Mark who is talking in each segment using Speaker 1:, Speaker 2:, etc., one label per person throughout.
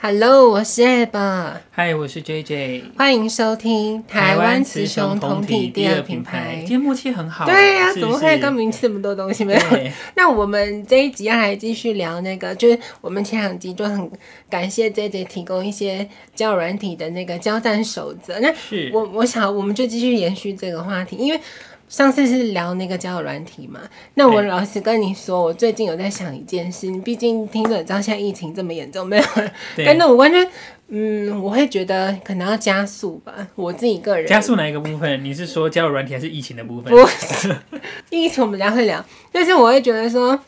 Speaker 1: Hello，我是 Ab，
Speaker 2: 嗨，我是 JJ。
Speaker 1: 欢迎收听台湾雌雄同体第二品
Speaker 2: 今
Speaker 1: 牌。
Speaker 2: 天默契很好。
Speaker 1: 对呀、
Speaker 2: 是不是
Speaker 1: 怎么会跟名字这么多东西没有？
Speaker 2: 对，
Speaker 1: 那我们这一集要来继续聊那个，就是我们前两集就很感谢 J J 提供一些交友软体的那个交战守则。那
Speaker 2: 是
Speaker 1: 我我想我们就继续延续这个话题，因为上次是聊那个交友软体嘛。那我
Speaker 2: 对
Speaker 1: 老实跟你说，我最近有在想一件事，毕竟听着知道现在疫情这么严重，没有人
Speaker 2: 对
Speaker 1: 跟那我完全，嗯，我会觉得可能要加速吧，我自己个人
Speaker 2: 加速哪一个部分？你是说交友软体还是疫情的部分？
Speaker 1: 不是，疫情我们等一下会聊，但是我会觉得说，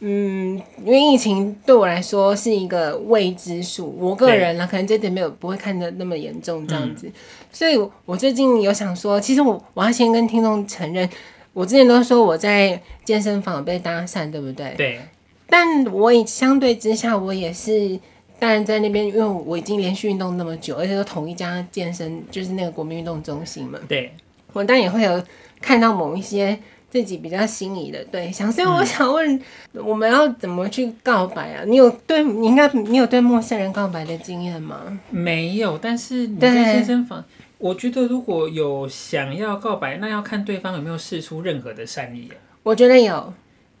Speaker 1: 嗯，因为疫情对我来说是一个未知数，我个人呢，可能这点没有不会看得那么严重这样子，所以我我最近有想说，其实我我要先跟听众承认，我之前都说我在健身房有被搭讪，对不对？
Speaker 2: 对，
Speaker 1: 但我也相对之下，我也是，当然在那边，因为我已经连续运动那么久，而且都同一家健身，就是那个国民运动中心嘛，
Speaker 2: 对，
Speaker 1: 我当然也会有看到某一些自己比较心仪的对象，所以我想问，我们要怎么去告白啊？你有对你应该你有对陌生人告白的经验吗？
Speaker 2: 没有。但是你
Speaker 1: 对
Speaker 2: 在健身房，我觉得如果有想要告白，那要看对方有没有试出任何的善意。
Speaker 1: 我觉得有，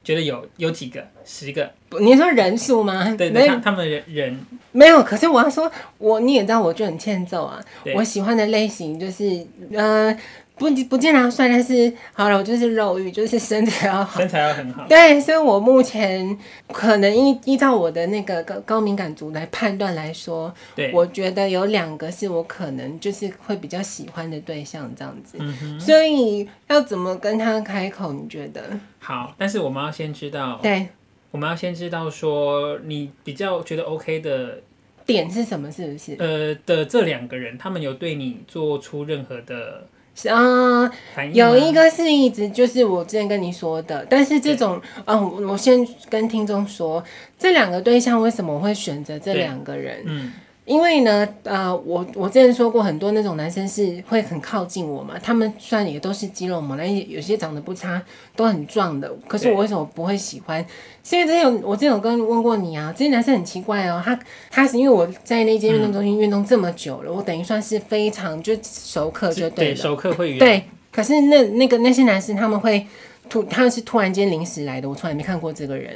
Speaker 2: 觉得有有几个，十个，
Speaker 1: 你说人数吗？
Speaker 2: 对，
Speaker 1: 没
Speaker 2: 对
Speaker 1: 有
Speaker 2: 他他们人人
Speaker 1: 没有，可是我要说，我你也知道，我就很欠揍啊。
Speaker 2: 对
Speaker 1: 我喜欢的类型就是，呃，不不见得要帅，但是好了，我就是肉欲，就是身材要好。
Speaker 2: 身材要很好。
Speaker 1: 对，所以我目前可能依依照我的那个高高敏感族来判断来说，
Speaker 2: 对，
Speaker 1: 我觉得有两个是我可能就是会比较喜欢的对象这样子。
Speaker 2: 嗯哼，
Speaker 1: 所以要怎么跟他开口？你觉得？
Speaker 2: 好。但是我们要先知道，
Speaker 1: 对，
Speaker 2: 我们要先知道说你比较觉得 OK 的
Speaker 1: 点是什么？是不是？
Speaker 2: 呃的这两个人，他们有对你做出任何的
Speaker 1: 是啊。
Speaker 2: 反应吗
Speaker 1: 有一个是一直就是我之前跟你说的，但是这种，嗯，我我先跟听众说，这两个对象为什么我会选择这
Speaker 2: 对
Speaker 1: 两个人？
Speaker 2: 嗯，
Speaker 1: 因为呢，呃，我我之前说过，很多那种男生是会很靠近我嘛，他们虽然也都是肌肉猛男，也有些长得不差，都很壮的，可是
Speaker 2: 对
Speaker 1: 我为什么不会喜欢？是因为之前有我之前有跟问过你啊，这些男生很奇怪哦，他他是因为我在那间运动中心运动这么久了，我等于算是非常就熟客就对
Speaker 2: 对，
Speaker 1: 了，
Speaker 2: 熟客会员，
Speaker 1: 对，可是那那个那些男生他们会突，他们是突然间临时来的，我从来没看过这个人。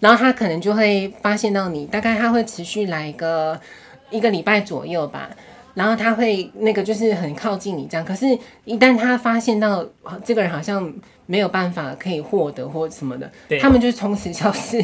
Speaker 1: 然后他可能就会发现到你，大概他会持续来个一个礼拜左右吧。然后他会那个就是很靠近你这样，可是，一旦他发现到啊这个人好像没有办法可以获得或什么的，
Speaker 2: 对
Speaker 1: 他们就从此消失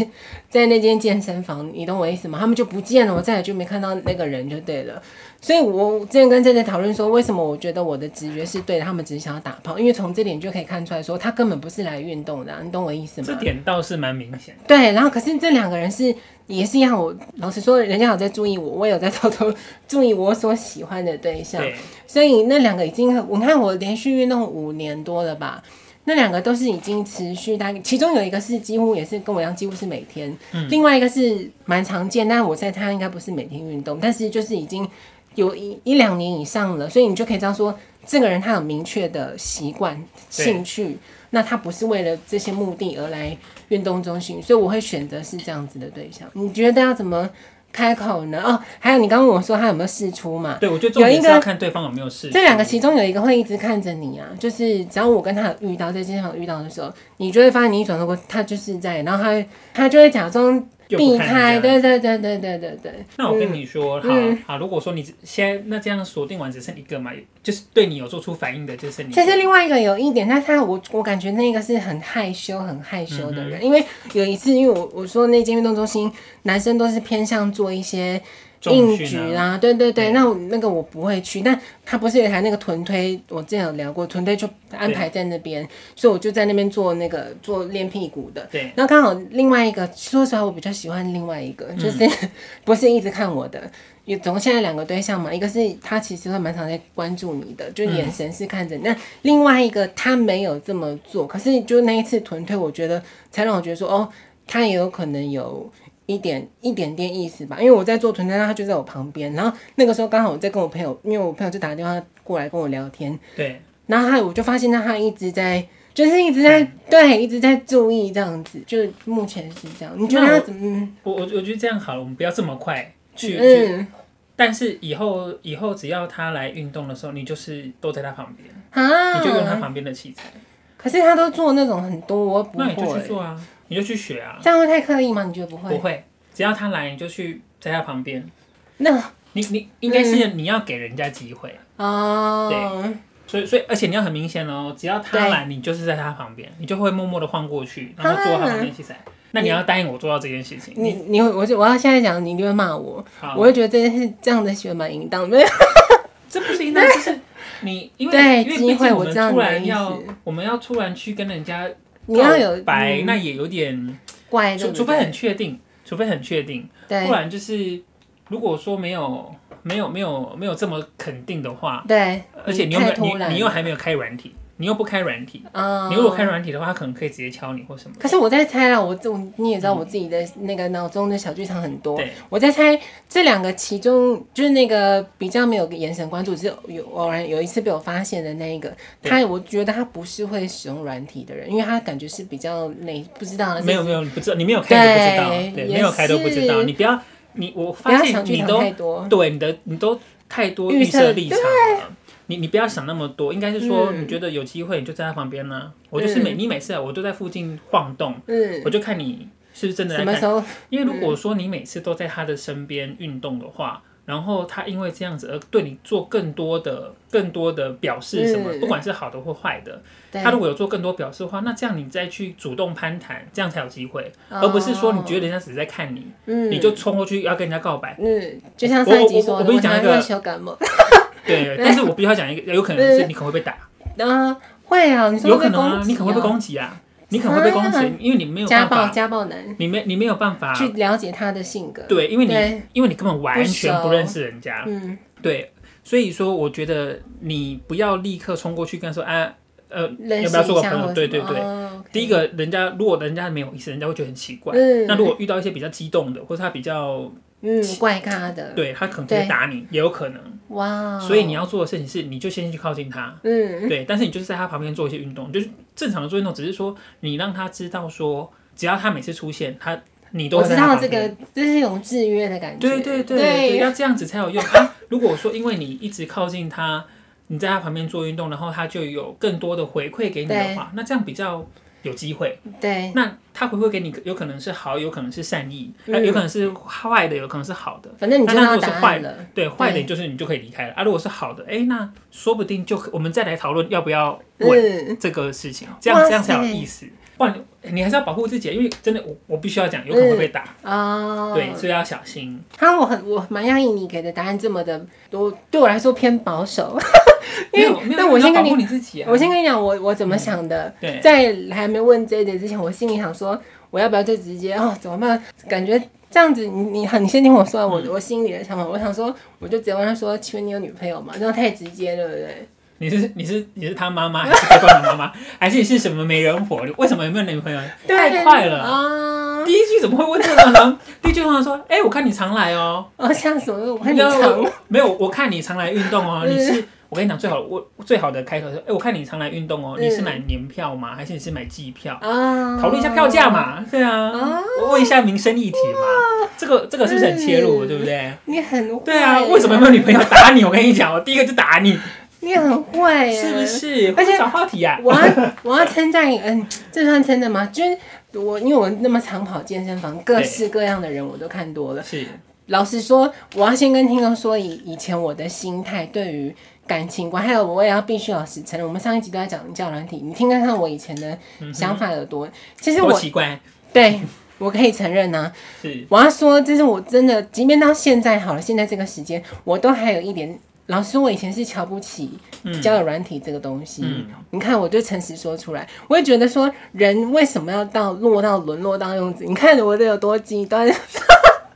Speaker 1: 在那间健身房，你懂我意思吗？他们就不见了，我再也就没看到那个人就对了。所以我之前跟 J J 讨论说，为什么我觉得我的直觉是对的，他们只是想要打炮，因为从这点就可以看出来说，他根本不是来运动的啊、你懂我意思吗？
Speaker 2: 这点倒是蛮明显的。
Speaker 1: 对，然后可是这两个人是也是一样，我老实说，人家有在注意我，我也有在偷偷注意我所喜欢的对象，
Speaker 2: 对，
Speaker 1: 所以那两个已经很，我看我连续运动五年多了吧。那两个都是已经持续大概，其中有一个是几乎也是跟我一样，几乎是每天；另外一个是蛮常见，但我猜他应该不是每天运动，但是就是已经有一一两年以上了，所以你就可以知道说，这个人他有明确的习惯、
Speaker 2: 对
Speaker 1: 兴趣，那他不是为了这些目的而来运动中心，所以我会选择是这样子的对象。你觉得要怎么开口呢？哦，还有你刚刚问我说他有没有试出嘛？
Speaker 2: 对，我觉得重
Speaker 1: 有一
Speaker 2: 点
Speaker 1: 个
Speaker 2: 是要看对方有没有试。
Speaker 1: 这两个其中有一个会一直看着你啊，就是只要我跟他有遇到在健身房遇到的时候，你就会发现你一转头过，他就是在，然后他他就会假装
Speaker 2: 又
Speaker 1: 避
Speaker 2: 不看
Speaker 1: 开，
Speaker 2: 人家
Speaker 1: 对对对对对对对，
Speaker 2: 那我跟你说，好好，如果说你只现在那这样锁定完只剩一个嘛，就是对你有做出反应的，就是你
Speaker 1: 其实另外一个有一点，但他我我感觉那个是很害羞、很害羞的
Speaker 2: 嗯
Speaker 1: 人，因为有一次，因为我我说那间运动中心男生都是偏向做一些
Speaker 2: 重
Speaker 1: 硬
Speaker 2: 训
Speaker 1: 举
Speaker 2: 啊
Speaker 1: 啊，对对对，那我那个我不会去，但他不是有一台那个臀推，我之前有聊过，臀推就安排在那边，所以我就在那边做那个做练屁股的。
Speaker 2: 对
Speaker 1: 然后刚好另外一个，说实话我比较喜欢另外一个，就是
Speaker 2: 嗯
Speaker 1: 不是一直看我的，有总共现在两个对象嘛，一个是他其实会蛮常在关注你的，就眼神是看着你；那另外一个他没有这么做，可是就那一次臀推，我觉得才让我觉得说，哦，他也有可能有一点一点点意思吧，因为我在做臀推，他就在我旁边，然后那个时候刚好我在跟我朋友，因为我朋友就打电话过来跟我聊天，
Speaker 2: 对
Speaker 1: 然后他我就发现他一直在。就是一直在、
Speaker 2: 嗯
Speaker 1: 对，一直在注意这样子，就目前是这样。你觉得
Speaker 2: 那
Speaker 1: 他
Speaker 2: 我
Speaker 1: 怎么？嗯
Speaker 2: 我我我觉得这样好了，我们不要这么快。去去，
Speaker 1: 嗯，
Speaker 2: 但是以后以后只要他来运动的时候，你就是都在他旁边，你就用他
Speaker 1: 啊，
Speaker 2: 旁边的器材，
Speaker 1: 可是他都做那种很多，我不
Speaker 2: 那你就去
Speaker 1: 会，
Speaker 2: 做啊，你就去学啊，
Speaker 1: 这样会太刻意吗？你觉得不
Speaker 2: 不
Speaker 1: 会？
Speaker 2: 会，只要他来，你就去在他旁边。
Speaker 1: 那
Speaker 2: 你你应该
Speaker 1: 嗯
Speaker 2: 是你要给人家机会，
Speaker 1: 哦，
Speaker 2: 所以所以而且你要很明显哦，只要他来，你就是在他旁边，你就会默默的晃过去，然后做好旁边器材。那你要答应我做到这件事情，
Speaker 1: 啊你你会，我就我要现在讲，你就会骂我，
Speaker 2: 好
Speaker 1: 我会觉得这件事这样的行为蛮淫荡的。
Speaker 2: 这不是应该 就是你因为
Speaker 1: 对
Speaker 2: 因为
Speaker 1: 机
Speaker 2: 毕
Speaker 1: 会
Speaker 2: 竟
Speaker 1: 我
Speaker 2: 我
Speaker 1: 知道你
Speaker 2: 们突
Speaker 1: 的
Speaker 2: 然
Speaker 1: 意
Speaker 2: 要
Speaker 1: 思
Speaker 2: 我们要突然去跟人家
Speaker 1: 你要有
Speaker 2: 告白，
Speaker 1: 嗯
Speaker 2: 那也有点，
Speaker 1: 怪，对
Speaker 2: 除
Speaker 1: 不
Speaker 2: 除非
Speaker 1: 对
Speaker 2: 很确定，除非很确定，
Speaker 1: 对
Speaker 2: 不然就是如果说没有没有没有没有这么肯定的话，
Speaker 1: 对，
Speaker 2: 而且你又没
Speaker 1: 太
Speaker 2: 有
Speaker 1: 突然
Speaker 2: 你
Speaker 1: 了，
Speaker 2: 你又还没有开软体，你又不开软体，
Speaker 1: 啊
Speaker 2: 你如果开软体的话，他可能可以直接敲你或什么。
Speaker 1: 可是我在猜啦，我这我你也知道我自己的那个脑中的小剧场很多
Speaker 2: 对，
Speaker 1: 我在猜这两个其中就是那个比较没有眼神关注，只有有偶然有一次被我发现的那一个，
Speaker 2: 对
Speaker 1: 他我觉得他不是会使用软体的人，因为他感觉是比较那不知道
Speaker 2: 没有没
Speaker 1: 有，
Speaker 2: 有，你不知道，你没有开都不知道，
Speaker 1: 哦对
Speaker 2: 对，
Speaker 1: 也
Speaker 2: 没有开都不知道，
Speaker 1: 是
Speaker 2: 你不要你我
Speaker 1: 不
Speaker 2: 发
Speaker 1: 要
Speaker 2: 现
Speaker 1: 想剧
Speaker 2: 你
Speaker 1: 场
Speaker 2: 都
Speaker 1: 太多，
Speaker 2: 对你的你都太多
Speaker 1: 预
Speaker 2: 预
Speaker 1: 设
Speaker 2: 设立场了。你你不要想那么多，应该是说
Speaker 1: 嗯
Speaker 2: 你觉得有机会你就在他旁边呢、我就是每你每次啊我都在附近晃动，
Speaker 1: 嗯，
Speaker 2: 我就看你是不是真的
Speaker 1: 什
Speaker 2: 在
Speaker 1: 么
Speaker 2: 看。
Speaker 1: 时候
Speaker 2: 因为如
Speaker 1: 嗯
Speaker 2: 果说你每次都在他的身边运动的话，然后他因为这样子而对你做更多的、更多的表示什么，
Speaker 1: 嗯
Speaker 2: 不管是好的或坏的，
Speaker 1: 对哦
Speaker 2: 他如果有做更多表示的话，那这样你再去主动攀谈，这样才有机会，而不是说你觉得人家只是在看你，
Speaker 1: 哦嗯
Speaker 2: 你就冲过去要跟人家 告白。
Speaker 1: 嗯，就像上一集说
Speaker 2: 我我我
Speaker 1: 的，
Speaker 2: 我跟你讲
Speaker 1: 常
Speaker 2: 一个
Speaker 1: 常会小感冒，
Speaker 2: 对，但是我必须要讲一个，有可能是你可能会被打，
Speaker 1: 啊，会啊，你说
Speaker 2: 有
Speaker 1: 会被
Speaker 2: 可能
Speaker 1: 攻
Speaker 2: 啊
Speaker 1: 击，，
Speaker 2: 你可能会被攻击啊，你可能会被攻
Speaker 1: 啊
Speaker 2: 击，因为你没有
Speaker 1: 家
Speaker 2: 办
Speaker 1: 暴
Speaker 2: 法，
Speaker 1: 家暴男，
Speaker 2: 你没你没有办法，
Speaker 1: 去了解他的性格，
Speaker 2: 对，因为
Speaker 1: 对
Speaker 2: 你啊因为你根本完全
Speaker 1: 不
Speaker 2: 不
Speaker 1: 熟
Speaker 2: 认识人家，
Speaker 1: 嗯，
Speaker 2: 对，所以说我觉得你不要立刻冲过去跟他说，啊，呃，
Speaker 1: 认
Speaker 2: 要不
Speaker 1: 识
Speaker 2: 要
Speaker 1: 一
Speaker 2: 做个
Speaker 1: 下
Speaker 2: 朋
Speaker 1: 或
Speaker 2: 友？对
Speaker 1: 什
Speaker 2: 对
Speaker 1: 么
Speaker 2: 对。
Speaker 1: 哦，OK
Speaker 2: 第一个，人家如果人家没有意思，人家会觉得很奇怪。
Speaker 1: 嗯
Speaker 2: 那如果遇到一些比较激动的，或者他比较
Speaker 1: 嗯，怪咖的，
Speaker 2: 对他可能
Speaker 1: 对
Speaker 2: 会打你，也有可能。
Speaker 1: 哇，哦
Speaker 2: 所以你要做的事情是，你就先去靠近他，
Speaker 1: 嗯
Speaker 2: 对。但是你就是在他旁边做一些运动，就是正常的做运动，只是说你让他知道说，只要他每次出现，他你都
Speaker 1: 我
Speaker 2: 会在
Speaker 1: 知
Speaker 2: 他
Speaker 1: 道
Speaker 2: 旁
Speaker 1: 这
Speaker 2: 边。
Speaker 1: 个，这是一种制约的感觉，
Speaker 2: 对对
Speaker 1: 对
Speaker 2: 对对，要这样子才有用。啊、如果说因为你一直靠近他，你在他旁边做运动，然后他就有更多的回馈给你的话，那这样比较有机会。
Speaker 1: 对
Speaker 2: 那他回馈给你，有可能是好，有可能是善意，
Speaker 1: 嗯
Speaker 2: 那有可能是坏的，有可能是好的。
Speaker 1: 反正你
Speaker 2: 那
Speaker 1: 知
Speaker 2: 那
Speaker 1: 道
Speaker 2: 如果
Speaker 1: 答
Speaker 2: 是坏
Speaker 1: 案了，
Speaker 2: 对，坏的就是你就可以离开了啊。如果是好的，哎、那说不定就可我们再来讨论要不要问
Speaker 1: 嗯，
Speaker 2: 这个事情，这样
Speaker 1: 哇
Speaker 2: 这样才有
Speaker 1: 塞
Speaker 2: 意思。不然你你还是要保护自己，啊因为真的我我必须要讲，有可能会
Speaker 1: 嗯
Speaker 2: 被打，
Speaker 1: 哦，
Speaker 2: 对，，所以要小心。
Speaker 1: 他我很我蛮讶异你给的答案这么的，我对我来说偏保守，因
Speaker 2: 没
Speaker 1: 为
Speaker 2: 有没有，
Speaker 1: 但我
Speaker 2: 你
Speaker 1: 先
Speaker 2: 要
Speaker 1: 跟
Speaker 2: 保护
Speaker 1: 你。
Speaker 2: 你自己啊。嗯
Speaker 1: 我先跟你讲，我我怎么想的，
Speaker 2: 对
Speaker 1: 在还没问这一点之前，我心里想说，我要不要就直接哦？怎么办？感觉这样子，你你很，你先听我说完我、
Speaker 2: 嗯
Speaker 1: 我心里的想法。我想说，我就直接问他说：“请问你有女朋友吗？”这样太直接了，对不对？
Speaker 2: 你是你是你是他妈妈还是对方的妈 妈，还是你是什么媒人婆？为什么有没有女朋友？太快了。
Speaker 1: 啊！
Speaker 2: 第一句怎么会问这个呢？第一句通常说：“哎、我看你常来哦、
Speaker 1: 哦，像什么？我看你
Speaker 2: 要
Speaker 1: 长，
Speaker 2: 没有，我看你常来运动哦、
Speaker 1: 嗯
Speaker 2: 你是我跟你讲最好我最好的开头是：哎、我看你常来运动哦、
Speaker 1: 嗯
Speaker 2: 你是买年票吗？还是你是买季票？
Speaker 1: 啊，
Speaker 2: 讨论一下票价。嘛，对啊，
Speaker 1: 嗯
Speaker 2: 我问一下民生议题嘛。这个这个是不是很切入，
Speaker 1: 嗯
Speaker 2: 对不对？
Speaker 1: 你很坏
Speaker 2: 对啊，为什么没有女朋友打你？我跟你讲，我哦第一个就打你。
Speaker 1: 你很坏耶？
Speaker 2: 是不是？
Speaker 1: 哎而且
Speaker 2: 会找话题啊呀、
Speaker 1: 我要我要称赞你，嗯，这算称赞吗？就是我因为我那么常跑健身房，各
Speaker 2: 对
Speaker 1: 式各样的人我都看多了。
Speaker 2: 是，
Speaker 1: 老实说，我要先跟听众说，以以前我的心态对于感情观，还有我也要必须老实承认，我们上一集都在讲教软体，你听看看我以前的想法有多。其实
Speaker 2: 嗯多
Speaker 1: 我
Speaker 2: 奇怪，
Speaker 1: 对我可以承认呐、
Speaker 2: 是
Speaker 1: 我要说，这是我真的，即便到现在好了，现在这个时间，我都还有一点。老师，我以前是瞧不起交友软体这个东西。
Speaker 2: 嗯
Speaker 1: 你看，我就诚实说出来，我也觉得说，人为什么要到落到沦落到用子？你看我这有多极端，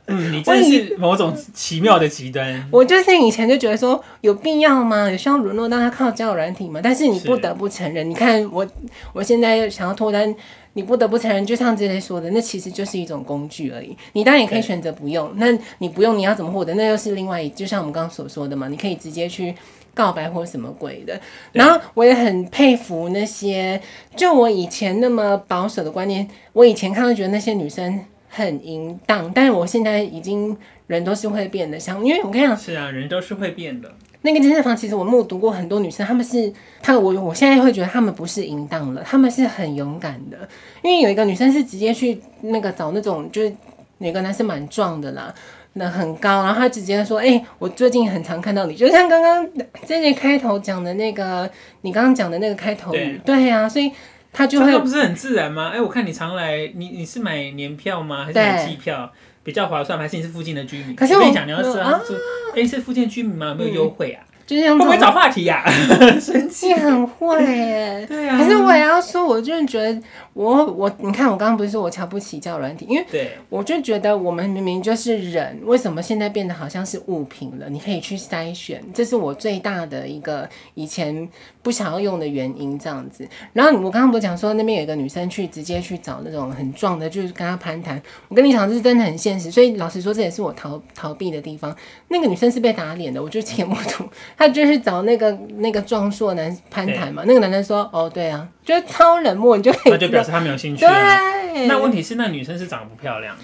Speaker 2: 嗯，你真的是某种奇妙的极端，
Speaker 1: 我就是以前就觉得说有必要吗？有需要沦落到他靠交友软体吗？但是你
Speaker 2: 是
Speaker 1: 不得不承认，你看我我现在想要脱单，你不得不承认，就像之前说的，那其实就是一种工具而已。你当然也可以
Speaker 2: 对
Speaker 1: 选择不用，那你不用你要怎么获得？那又是另外一，就像我们刚刚所说的嘛，你可以直接去。告白或什么鬼的，然后我也很佩服那些，就我以前那么保守的观念，我以前看到觉得那些女生很淫荡，但是我现在已经人都是会变的，像因为我跟你讲，
Speaker 2: 是啊，人都是会变的。
Speaker 1: 那个健身房其实我目睹过很多女生，她们是她我我现在会觉得她们不是淫荡了，她们是很勇敢的，因为有一个女生是直接去那个找那种就是有一个男生蛮壮的啦。那很高，然后她直接说：“哎、我最近很常看到你，就像刚刚这节开头讲的那个，你刚刚讲的那个开头语，对呀、所以她就
Speaker 2: 这
Speaker 1: 会
Speaker 2: 样不是很自然吗？哎、我看你常来，你你是买年票吗？还是买
Speaker 1: 对
Speaker 2: 机票比较划算？还是你是附近的居民？
Speaker 1: 可是我
Speaker 2: 跟你讲，你要知
Speaker 1: 嗯
Speaker 2: 道，
Speaker 1: 啊
Speaker 2: 说哎、是附近的居民吗？有没有优惠啊？
Speaker 1: 就是像
Speaker 2: 会
Speaker 1: 这
Speaker 2: 不会
Speaker 1: 种
Speaker 2: 找话题啊呀、
Speaker 1: 生气很会耶。
Speaker 2: 对啊，
Speaker 1: 可是我也哎要说，我就是觉得我我你看，我刚刚不是说我瞧不起叫软体，因为
Speaker 2: 对
Speaker 1: 我就觉得我们明明就是人，为什么现在变得好像是物品了？你可以去筛选，这是我最大的一个以前不想要用的原因，这样子。然后我刚刚不是讲说那边有一个女生去直接去找那种很壮的，就是跟她攀谈。我跟你讲，这是真的很现实，所以老实说，这也是我逃逃避的地方。那个女生是被打脸的，我就切莫图，她就是找那个那个壮硕男攀谈嘛。那个男生说：“哦，对啊，就是超冷漠，你就可
Speaker 2: 那
Speaker 1: 以
Speaker 2: 就
Speaker 1: 知道
Speaker 2: 表示他没有兴趣
Speaker 1: 对。
Speaker 2: 啊。”那问题是，那女生是长得不漂亮，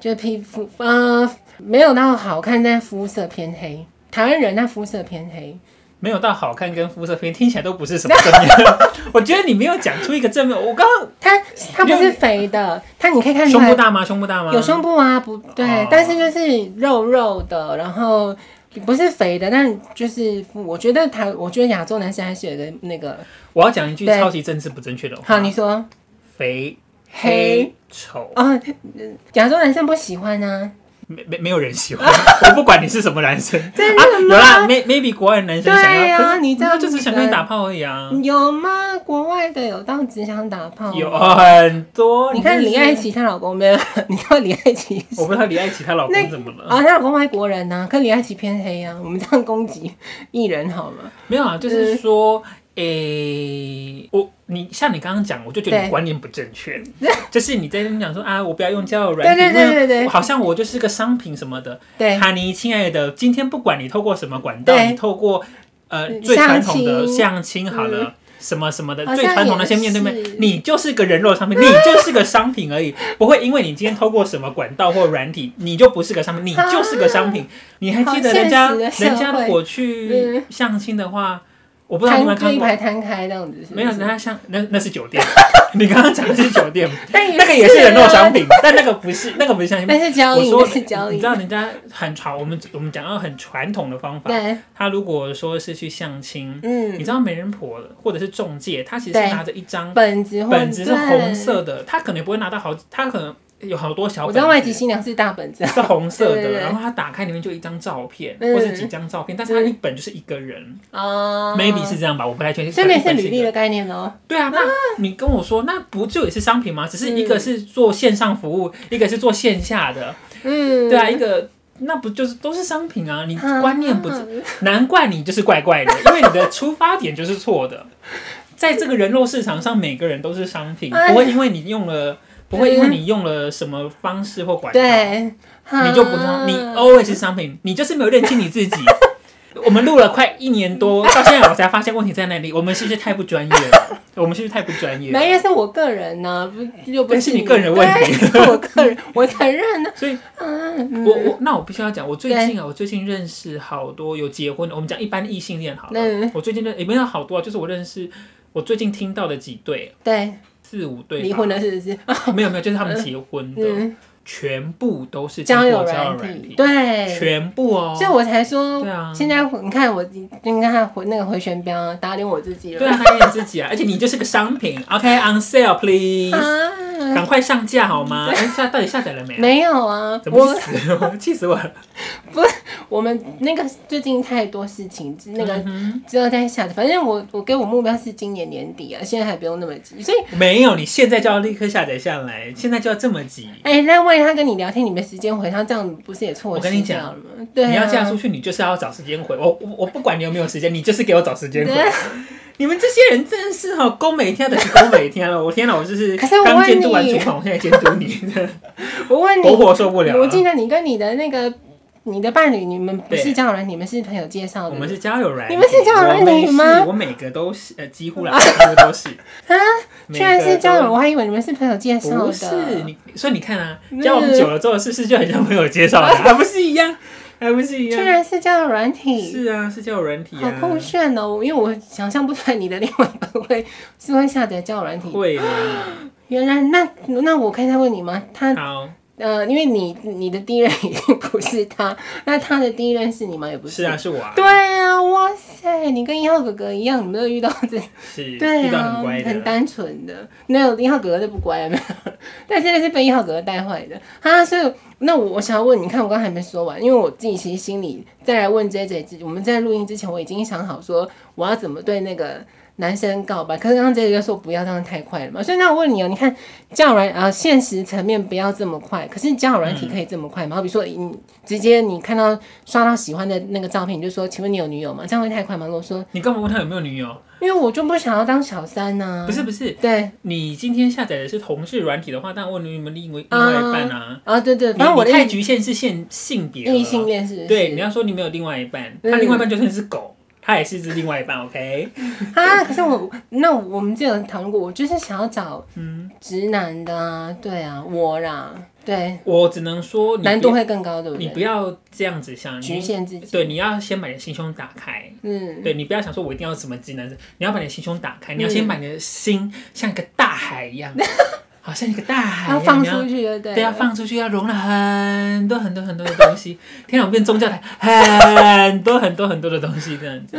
Speaker 1: 就皮肤呃没有到好看，但肤色偏黑。台湾人他肤色偏黑，
Speaker 2: 没有到好看跟肤色偏，听起来都不是什么正面。 我觉得你没有讲出一个正面。我刚刚
Speaker 1: 他他不是肥的，他你可以看出
Speaker 2: 哦胸部
Speaker 1: 来
Speaker 2: 大吗？胸部大吗？
Speaker 1: 有胸部啊，不对，
Speaker 2: 哦
Speaker 1: 但是就是肉肉的，然后不是肥的，但就是我觉得台，我觉得亚洲男生还是有一个那个，
Speaker 2: 我要讲一句
Speaker 1: 对
Speaker 2: 超级政治不正确的话。
Speaker 1: 好，你说
Speaker 2: 肥
Speaker 1: 黑
Speaker 2: 丑，
Speaker 1: 啊，哦亚、洲男生不喜欢啊，
Speaker 2: 没没没有人喜欢。 我不管你是什么男生，
Speaker 1: 真的
Speaker 2: 啊有
Speaker 1: 吗
Speaker 2: 啦，may maybe 国外的男生想
Speaker 1: 对啊
Speaker 2: 要，可是
Speaker 1: 你这嗯样
Speaker 2: 就只想跟你打炮而已啊。
Speaker 1: 有吗？国外的有到只想打炮吗
Speaker 2: 有很多，
Speaker 1: 你看
Speaker 2: 真的
Speaker 1: 李
Speaker 2: 是
Speaker 1: 爱，琪她老公没有？ 你知道李爱琪是
Speaker 2: 我不知道李爱琪她老
Speaker 1: 那
Speaker 2: 公怎么了？
Speaker 1: 啊，她老公外国人呐、可李爱琪偏黑啊。我们这样攻击艺人好吗？
Speaker 2: 没有啊，就是说，诶、我你像你刚刚讲，我就觉得
Speaker 1: 对
Speaker 2: 你观念不正确，就是你在那边讲说啊，我不要用交友软
Speaker 1: 对对
Speaker 2: 体，
Speaker 1: 对
Speaker 2: 因为
Speaker 1: 对对
Speaker 2: 好像我就是个商品什么的。
Speaker 1: 对
Speaker 2: 哈尼，亲爱的，今天不管你透过什么管道，
Speaker 1: 对
Speaker 2: 你透过呃
Speaker 1: 嗯
Speaker 2: 最传统
Speaker 1: 相
Speaker 2: 的
Speaker 1: 亲嗯
Speaker 2: 相亲好了。什么什么的
Speaker 1: 好像
Speaker 2: 最传统的
Speaker 1: 也是
Speaker 2: 先面对面，你就是个人肉 商品，你就是个商品而已，不会因为你今天透过什么管道或软体，你就不是个商品，你就是个商品。你还记得人家
Speaker 1: 啊好现实的社会
Speaker 2: 人家如果去
Speaker 1: 嗯
Speaker 2: 相亲的话，我不知道你有没
Speaker 1: 摊就
Speaker 2: 有看
Speaker 1: 一
Speaker 2: 过，
Speaker 1: 排摊开这样子是不是
Speaker 2: 没有人家像那那是酒店， 你刚刚讲的是酒 店，
Speaker 1: 但
Speaker 2: 那个也
Speaker 1: 是
Speaker 2: 是人肉
Speaker 1: 啊
Speaker 2: 商，品，但那个不是那个不是相亲，
Speaker 1: 但是交
Speaker 2: 我
Speaker 1: 易，
Speaker 2: 说
Speaker 1: 那是交
Speaker 2: 你
Speaker 1: 易
Speaker 2: 知。道人家很传，我们我们讲到很传统的方法，
Speaker 1: 对，
Speaker 2: 他如果说是去相亲，你
Speaker 1: 嗯，
Speaker 2: 知道媒人婆或者是中介，他其实
Speaker 1: 对
Speaker 2: 是拿着一张
Speaker 1: 本子或
Speaker 2: 本子是
Speaker 1: 对
Speaker 2: 红色的，他可能也不会拿到好，他可能有好多小
Speaker 1: 我
Speaker 2: 本
Speaker 1: 知道外籍
Speaker 2: 子。
Speaker 1: 新娘是大本子，
Speaker 2: 是红色
Speaker 1: 对对
Speaker 2: 的，
Speaker 1: 对
Speaker 2: 然后他打开里面就一张照片，
Speaker 1: 嗯
Speaker 2: 或是几张照片，但是他一本就是一个人
Speaker 1: 哦
Speaker 2: ，maybe 是这样吧，我不太确定。
Speaker 1: 所以那也是
Speaker 2: 本
Speaker 1: 履
Speaker 2: 一
Speaker 1: 历
Speaker 2: 个
Speaker 1: 的概念哦。
Speaker 2: 对啊，那你跟我说，那不就也是商品吗？只是一个是做线上服务，一个是做线下的，
Speaker 1: 嗯，
Speaker 2: 对啊，一个那不就是都是商品啊？你
Speaker 1: 啊
Speaker 2: 观念不正，难怪你就是怪怪的， 因为你的出发点就是错的。在这个人肉市场上，每个人都是商品，
Speaker 1: 哎
Speaker 2: 不会因为你用了，不会因为你用了什么方式或管道，
Speaker 1: 对，嗯你
Speaker 2: 你就不知道，你哦 always 是商品，你就是没有认清你自己。 我们录了快一年多，到现在我才发现问题在哪里。我们是不是太不专业了？我们是不是太不专业了？
Speaker 1: 没，那是我个人呢，不又不
Speaker 2: 那是你个人问题
Speaker 1: 对是我个人，我承认呢。
Speaker 2: 所以
Speaker 1: 嗯，
Speaker 2: 我我那我必须要讲，我最
Speaker 1: 对
Speaker 2: 近啊，我最近认识好多有结婚的，我们讲一般异性恋好了。
Speaker 1: 嗯
Speaker 2: 我最近认也没有好多啊，就是我认识我最近听到的几对，
Speaker 1: 对，
Speaker 2: 四五对吧
Speaker 1: 离婚了是不是？
Speaker 2: 没有没有，就是他们结婚的，
Speaker 1: 嗯。
Speaker 2: 全部都是经
Speaker 1: 交
Speaker 2: 过
Speaker 1: 友
Speaker 2: 交
Speaker 1: 软
Speaker 2: 友软体，
Speaker 1: 对，
Speaker 2: 全部哦。
Speaker 1: 所以我才说，
Speaker 2: 对啊
Speaker 1: 现在我你看我，你看回那个回旋镖啊打脸我自己了，
Speaker 2: 对啊，打脸自己啊！而且你就是个商品，OK，on sale please，
Speaker 1: 啊，
Speaker 2: 赶快上架好吗？哎，下到底下载了没啊？
Speaker 1: 没有啊，
Speaker 2: 怎么
Speaker 1: 我
Speaker 2: 死？我气死我了！
Speaker 1: 我们那个最近太多事情，那个
Speaker 2: 嗯哼
Speaker 1: 只有在下，反正我我给我目标是今年年底啊，现在还不用那么急，所以。
Speaker 2: 没有，你现在就要立刻下载下来，现在就要这么急。
Speaker 1: 哎、那万一他跟你聊天，你没时间回他，这样不是也错
Speaker 2: 我
Speaker 1: 失
Speaker 2: 跟你
Speaker 1: 掉了
Speaker 2: 讲
Speaker 1: 吗？对、啊，
Speaker 2: 你要嫁出去，你就是要找时间回。我我我不管你有没有时间，你就是给我找时间回
Speaker 1: 对。
Speaker 2: 你们这些人真的是哈，攻每天的啊是攻每天了。我天哪，我就 是
Speaker 1: 可是我
Speaker 2: 刚
Speaker 1: 问
Speaker 2: 监督完
Speaker 1: 你
Speaker 2: 主管，我现在监督你，
Speaker 1: 我问你，
Speaker 2: 活活受不了啊
Speaker 1: 我记
Speaker 2: 了。
Speaker 1: 得你跟你的那个你的伴侣，你们不是交友软体，你们是朋友介绍
Speaker 2: 我
Speaker 1: 的
Speaker 2: 们是交友软体，
Speaker 1: 你们是交友软体吗
Speaker 2: 我们是我每个都是，呃，几乎啦， 几乎都是。
Speaker 1: 啊？
Speaker 2: 每
Speaker 1: 居
Speaker 2: 个
Speaker 1: 然是交友，
Speaker 2: 都
Speaker 1: 我还以为你们是朋友介绍的。
Speaker 2: 不是你，所以你看啊
Speaker 1: 嗯，
Speaker 2: 交往久了之后，是不是就很像朋友介绍 的？还不是一样，还不是一
Speaker 1: 居
Speaker 2: 样？
Speaker 1: 然是交友软体，
Speaker 2: 是啊，是交友软体
Speaker 1: 好
Speaker 2: 啊，
Speaker 1: 酷炫哦！因为我想象不出来你的另外一半会是会下载交友软体。
Speaker 2: 会啦。
Speaker 1: 原来那那我可以再问你吗？他
Speaker 2: 好，
Speaker 1: 呃，因为你你的第一任已经不是他， 那他的第一任是你吗？也不
Speaker 2: 是啊，。是我啊，
Speaker 1: 对啊，哇塞！你跟一号哥哥一样，你们都遇到这
Speaker 2: 是
Speaker 1: 对
Speaker 2: 遇到
Speaker 1: 啊
Speaker 2: 很，乖
Speaker 1: 很
Speaker 2: 的。
Speaker 1: 单纯的，没有一号哥哥就不乖了，没有。 但真的是被一号哥哥带坏的啊！所以，那我我想要问，你看我刚才还没说完，因为我自己其实心里再来问 J J 之，我们在录音之前我已经想好说我要怎么对那个男生告白，可是刚刚 J J 就说不要这样太快了嘛，所以那我问你哦，你看交友软啊、呃现实层面不要这么快，可是交友软体可以这么快吗？好比说你直接你看到刷到喜欢的那个照片，你就说请问你有女友吗？这样会太快吗？我说
Speaker 2: 你干嘛问他有没有女友？
Speaker 1: 因为我就不想要当小三啊呢、
Speaker 2: 不是不是，
Speaker 1: 对
Speaker 2: 你今天下载的是同事软体的话，但问你们另外另外一半啊。
Speaker 1: 啊，对对，
Speaker 2: 你
Speaker 1: 反正我的
Speaker 2: 你太
Speaker 1: 异
Speaker 2: 局限是性性别了
Speaker 1: 异性恋是
Speaker 2: 对，
Speaker 1: 是
Speaker 2: 你要说你没有另外一半，
Speaker 1: 嗯
Speaker 2: 他另外一半就算是狗，他也是只另外一半，OK？
Speaker 1: 啊，可是我那我们之前有讨论过，我就是想要找
Speaker 2: 嗯
Speaker 1: 直男的啊，对啊，我啦，对，
Speaker 2: 我只能说你不
Speaker 1: 难度会更高，对不
Speaker 2: 你
Speaker 1: 对？
Speaker 2: 不要这样子想，
Speaker 1: 局
Speaker 2: 你
Speaker 1: 限自己，
Speaker 2: 对，你要先把你的心胸打开。
Speaker 1: 嗯，
Speaker 2: 对你不要想说，我一定要什么技能，你要把你的心胸打开，
Speaker 1: 嗯
Speaker 2: 你要先把你的心像一个大海 一样，好像一个大海一
Speaker 1: 要
Speaker 2: 样，
Speaker 1: 放
Speaker 2: 你要
Speaker 1: 出去，对不对？
Speaker 2: 哎对，要啊放出去，要容纳很多很多很多的东西。 天哪，我变宗教台，很多很多很多的东西这样子。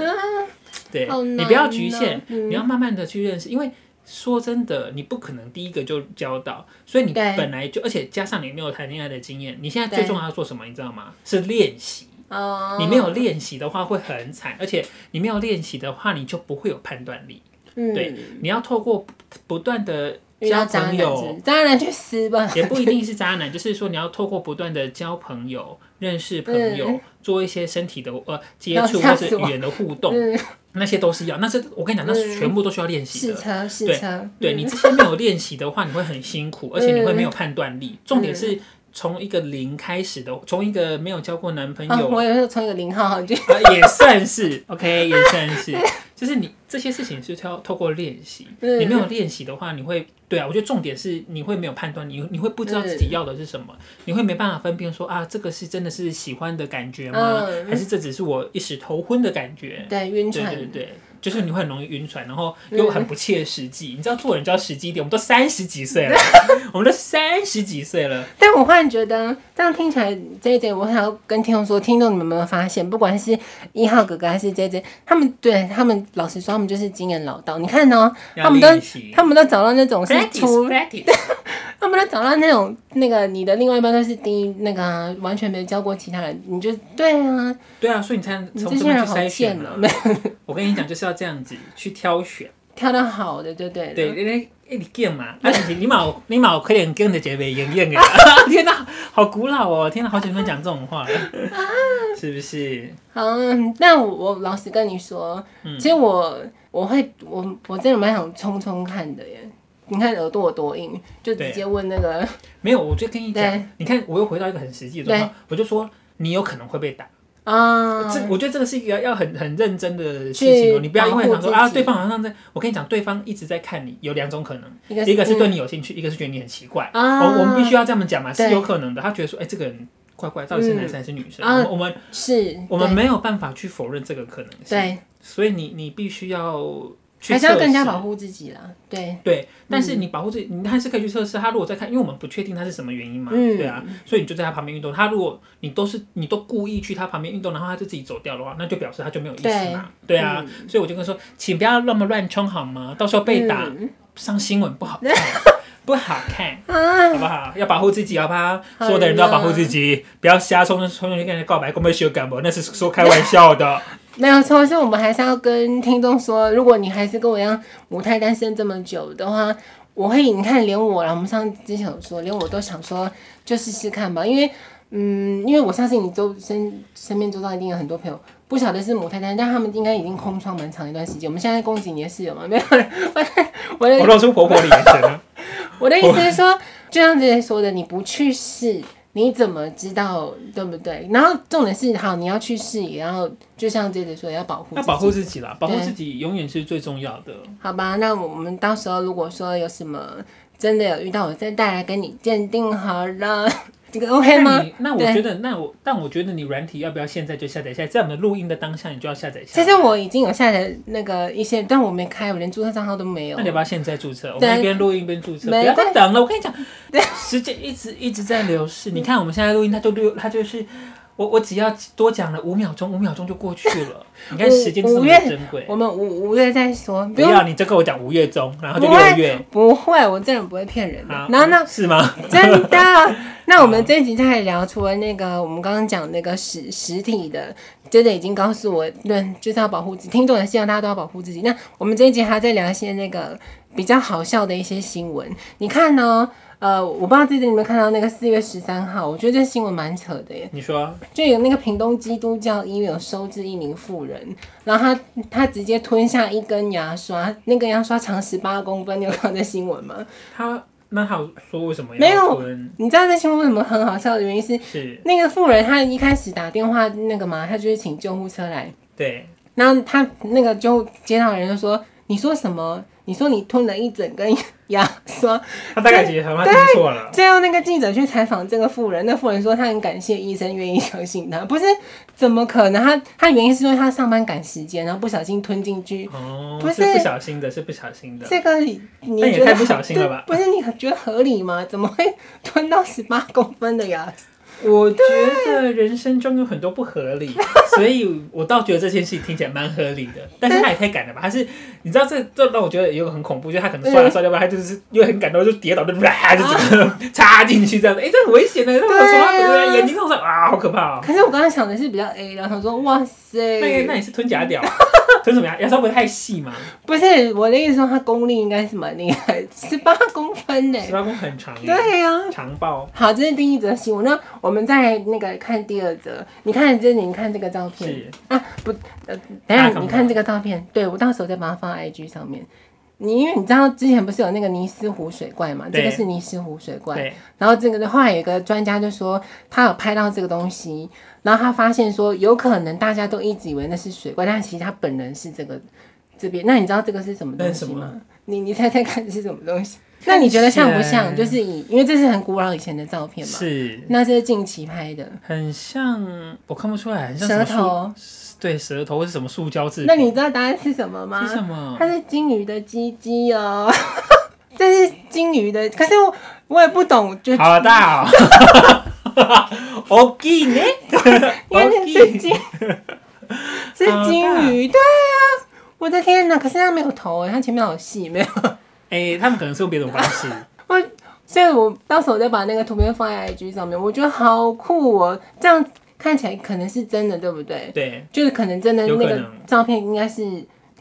Speaker 2: 对，
Speaker 1: 嗯好难
Speaker 2: 你不要局
Speaker 1: 哦
Speaker 2: 限，
Speaker 1: 嗯
Speaker 2: 你要慢慢的去认识，因为。说真的，你不可能第一个就交到，所以你
Speaker 1: 对
Speaker 2: 本来就，而且加上你没有谈恋爱的经验，你现在
Speaker 1: 对
Speaker 2: 最重要要做什么，你知道吗？是练习。
Speaker 1: 哦，
Speaker 2: 你没有练习的话会很惨，而且你没有练习的话，你就不会有判断力。
Speaker 1: 嗯，
Speaker 2: 对，你要透过不不断的
Speaker 1: 遇到
Speaker 2: 交
Speaker 1: 渣
Speaker 2: 朋
Speaker 1: 男
Speaker 2: 友，
Speaker 1: 是，渣男去撕吧，
Speaker 2: 也不一定是渣男，就是说你要透过不断的交朋友、认识朋友，
Speaker 1: 嗯
Speaker 2: 做一些身体的呃接
Speaker 1: 要
Speaker 2: 触
Speaker 1: 吓
Speaker 2: 或
Speaker 1: 死
Speaker 2: 是语
Speaker 1: 我
Speaker 2: 言的互动，
Speaker 1: 嗯，
Speaker 2: 那些都是要。那是我跟你讲，那是
Speaker 1: 嗯
Speaker 2: 全部都需要练习
Speaker 1: 试
Speaker 2: 的。
Speaker 1: 车试
Speaker 2: 对
Speaker 1: 车，
Speaker 2: 对
Speaker 1: 嗯
Speaker 2: 你这些没有练习的话，你会很辛苦，而且你会没有判断力。重点
Speaker 1: 嗯
Speaker 2: 是从一个零开始的，从一个没有交过男朋
Speaker 1: 啊，
Speaker 2: 友
Speaker 1: 我有时候从一个零号就
Speaker 2: 啊，也算是 OK，也算是， 就是你这些事情是要透过练习，
Speaker 1: 嗯
Speaker 2: 你没有练习的话，你会对啊，我觉得重点是你会没有判断，你你会不知道自己要的是什么，你会没办法分辨说啊，这个是真的是喜欢的感觉吗？
Speaker 1: 嗯
Speaker 2: 还是这只是我一时头昏的感觉？
Speaker 1: 对晕
Speaker 2: 对
Speaker 1: 船
Speaker 2: 对，对。就是你会很容易晕船，然后又很不切实际。你知道做人就要实际一点，我们都三十几岁了， 我们都三十几岁了，
Speaker 1: 但我忽然觉得，这样听起来，J J，我想要跟听众说，听众你们有没有发现，不管是一号哥哥还是 J J，他们对他们老实说，他们就是经验老道。你看哦，他
Speaker 2: 要
Speaker 1: 们都
Speaker 2: 练习。
Speaker 1: 他们都找到那种是
Speaker 2: practice
Speaker 1: 出，
Speaker 2: practice，
Speaker 1: 他们都找到那种那个你的另外一半都是第一那个啊、完全没有教过其他人，你就对啊，
Speaker 2: 对啊，所以你才
Speaker 1: 你
Speaker 2: 从
Speaker 1: 这
Speaker 2: 这
Speaker 1: 些
Speaker 2: 边
Speaker 1: 人
Speaker 2: 去
Speaker 1: 好
Speaker 2: 筛选啊
Speaker 1: 贱
Speaker 2: 嘛
Speaker 1: 哦，。没有
Speaker 2: 我跟你讲，就是要这样子去挑选。
Speaker 1: 挑到好的就对了。
Speaker 2: 对，因为哎，你 g 嘛， 啊，你你嘛有你嘛有可能 g 的结尾演演的。 天哪，好古老哦！天哪，好久没有讲这种话了，是不是？
Speaker 1: 嗯，但我我老实跟你说，
Speaker 2: 嗯
Speaker 1: 其实我我会我我真的蛮想冲冲看的耶。你看耳朵有多硬，就直
Speaker 2: 对
Speaker 1: 接问那个，
Speaker 2: 没有，我就跟你
Speaker 1: 对
Speaker 2: 讲，你看，我又回到一个很实际的状况，我就说你有可能会被打。
Speaker 1: 啊，
Speaker 2: 这我觉得这个是一个要很很认真的事情哦，你不要因为想
Speaker 1: 去保护自
Speaker 2: 说
Speaker 1: 己
Speaker 2: 啊，对方好像在，我跟你讲，对方一直在看你，有两种可能，
Speaker 1: 一个
Speaker 2: 一个是对
Speaker 1: 嗯
Speaker 2: 你有兴趣，一个是觉得你很奇怪。哦
Speaker 1: 啊
Speaker 2: 我我们必须要这么讲嘛，
Speaker 1: 对
Speaker 2: 是有可能的。他觉得说，哎，这个人怪怪，到底是男生还是女生？
Speaker 1: 啊
Speaker 2: 我们我们
Speaker 1: 是，
Speaker 2: 我们
Speaker 1: 对
Speaker 2: 没有办法去否认这个可能性。
Speaker 1: 对，
Speaker 2: 所以你你必须要去
Speaker 1: 还是要更加
Speaker 2: 测试
Speaker 1: 保护自己啦，对，
Speaker 2: 对，但是你保护自己，你还是可以去测试。他如果在看，因为我们不确定他是什么原因嘛，
Speaker 1: 嗯
Speaker 2: 对啊，所以你就在他旁边运动。他如果你都是你都故意去他旁边运动，然后他就自己走掉的话，那就表示他就没有意思嘛，对啊。所以我就跟他说，请不要那么乱冲好吗？到时候被打、
Speaker 1: 嗯
Speaker 2: 上新闻不好看，不好看。
Speaker 1: 啊，
Speaker 2: 好不好？要保护自己，好不好？
Speaker 1: 好
Speaker 2: 所有的人都要保护自己，不要瞎冲冲进去跟人家告白，跟被修改不？那是说开玩笑的。
Speaker 1: 没有错，所以我们还是要跟听众说，如果你还是跟我一样母胎单身这么久的话，我会，你看连我啦，我们上之前有说，连我都想说就试试看吧，因为嗯，因为我相信你周身身边周遭一定有很多朋友。不晓得是母胎单身，但他们应该已经空窗蛮长一段时间。我们现在攻击你的室友嘛？没有，我的
Speaker 2: 我露出婆婆的眼神了。
Speaker 1: 我的意思是说，就像之前说的，你不去试，你怎么知道对不对？然后重点是，好，你要去试，也要就像姐姐说，也要保护
Speaker 2: 要
Speaker 1: 自
Speaker 2: 保护
Speaker 1: 己
Speaker 2: 自己啦，保护
Speaker 1: 对
Speaker 2: 自己永远是最重要的。
Speaker 1: 好吧，那我们到时候如果说有什么真的有遇到，我再带来跟你鉴定好了， 这个 OK
Speaker 2: 那
Speaker 1: 吗？
Speaker 2: 你那我
Speaker 1: 对
Speaker 2: 觉得，那我但我觉得你软体要不要现在就下载下来？在我们录音的当下，你就要下载下
Speaker 1: 其
Speaker 2: 来。
Speaker 1: 实我已经有下载那个一些，但我没开，我连注册账号都没有
Speaker 2: 那。你要不要现在注册？我
Speaker 1: 对
Speaker 2: 们一边录音一边注册，不
Speaker 1: 没
Speaker 2: 要
Speaker 1: 关
Speaker 2: 再等了。我跟你讲，时间一直一直在流逝。
Speaker 1: 嗯
Speaker 2: 你看我们现在录音，它就六，它就是我我只要多讲了五秒钟，五秒钟就过去 了。你看时间是这
Speaker 1: 五
Speaker 2: 么
Speaker 1: 月
Speaker 2: 珍贵。
Speaker 1: 我们五五月再说，
Speaker 2: 不
Speaker 1: 不用
Speaker 2: 要，你再跟我讲五月中，然后啊就
Speaker 1: 不会
Speaker 2: 六月。
Speaker 1: 不会，我这人不会骗人的
Speaker 2: 好。
Speaker 1: 然后呢，
Speaker 2: 是吗？
Speaker 1: 真的。那我们这一集再来聊，除了那个我们刚刚讲那个实实体的，真的已经告诉我，对，就是要保护自己。听众也希望大家都要保护自己。那我们这一集还要再聊一些那个比较好笑的一些新闻。你看呢、呃，我不知道最近有没有看到那个四月十三号，我觉得这新闻蛮扯的耶。
Speaker 2: 你说
Speaker 1: 就有那个屏东基督教医院有收治一名妇人，然后她她直接吞下一根牙刷，那根牙刷长十八公分，你有看到这新闻吗？
Speaker 2: 他那他有说为什么
Speaker 1: 没有
Speaker 2: 要吞？
Speaker 1: 你知道这新闻为什么很好笑的原因是，
Speaker 2: 是
Speaker 1: 那个妇人她一开始打电话那个嘛，她就是请救护车来，
Speaker 2: 对，
Speaker 1: 然后她那个就接到人就说：“你说什么？你说你吞了一整根牙刷。
Speaker 2: 他大概其实他听错”了。
Speaker 1: 最后那个记者去采访这个妇人，那妇人说她很感谢医生愿意相信她，不是怎么可能？她她原因是因为她上班赶时间，然后不小心吞进去。
Speaker 2: 哦，
Speaker 1: 不
Speaker 2: 是
Speaker 1: 是
Speaker 2: 不小心的，是不小心的。
Speaker 1: 这个你
Speaker 2: 那也
Speaker 1: 觉得
Speaker 2: 太不小心了吧
Speaker 1: 对不是你觉得合理吗？怎么会吞到十八公分的牙
Speaker 2: 我觉得人生中有很多不合理， 所以我倒觉得这件事情听起来蛮合理的。但是他也太赶了吧？他是你知道这这让我觉得有个很恐怖，就是他可能刷了刷掉吧，他就是因为很感动就跌倒就啪就整个插进去这样子，哎、这很危险的，他
Speaker 1: 对啊
Speaker 2: 刷到眼睛痛上啊，好可怕哦、
Speaker 1: 可是我刚刚想的是比较 A 的，想说哇塞，
Speaker 2: 那那也是吞假屌、 啊，吞什么呀？牙刷不是太细嘛，
Speaker 1: 不是我的意思说他功力应该是蛮厉害的，十八公分呢。
Speaker 2: 十八公分很长耶，
Speaker 1: 对呀、
Speaker 2: 长爆。
Speaker 1: 好，这是第一则新闻。那我们再那个看第二则，你看这，你看这个照片
Speaker 2: 是
Speaker 1: 啊，不，呃，等一下
Speaker 2: 大家看不到
Speaker 1: 你看这个照片，对我到时候再把它放在 IG 上面。你因为你知道之前不是有那个尼斯湖水怪嘛，这
Speaker 2: 对
Speaker 1: 个是尼斯湖水怪，
Speaker 2: 对，
Speaker 1: 然后这个的话，有一个专家就说他有拍到这个东西，然后他发现说有可能大家都一直以为那是水怪，但其实他本人是这个这边。那你知道这个是什么东西
Speaker 2: 那是什
Speaker 1: 吗？你你猜猜看是什么东西？ 那你觉得像不像？
Speaker 2: 看起
Speaker 1: 就
Speaker 2: 来
Speaker 1: 是以因为这是很古老以前的照片嘛，
Speaker 2: 是
Speaker 1: 那这是近期拍的
Speaker 2: 很像，我看不出来，很像什
Speaker 1: 舌
Speaker 2: 么塑，
Speaker 1: 头。
Speaker 2: 对，舌头或是什么塑胶制品。
Speaker 1: 那你知道答案是什么吗？
Speaker 2: 是什么？
Speaker 1: 它是金鱼的鸡鸡哦， 这是金鱼的。可是我我也不懂，就
Speaker 2: 好大哦！o k 呢？
Speaker 1: 因为那是
Speaker 2: 哦
Speaker 1: 金，是金鱼，对啊，我的天哪！可是它没有头哎，它前面好细，没有
Speaker 2: 哎，他们可能是用别种方式。
Speaker 1: 我，所以我到时候我再把那个图片放在 IG 上面，我觉得好酷哦，这样看起来可能是真的，对不对？
Speaker 2: 对，
Speaker 1: 就是可能真的那
Speaker 2: 有可
Speaker 1: 个
Speaker 2: 能
Speaker 1: 照片应该是。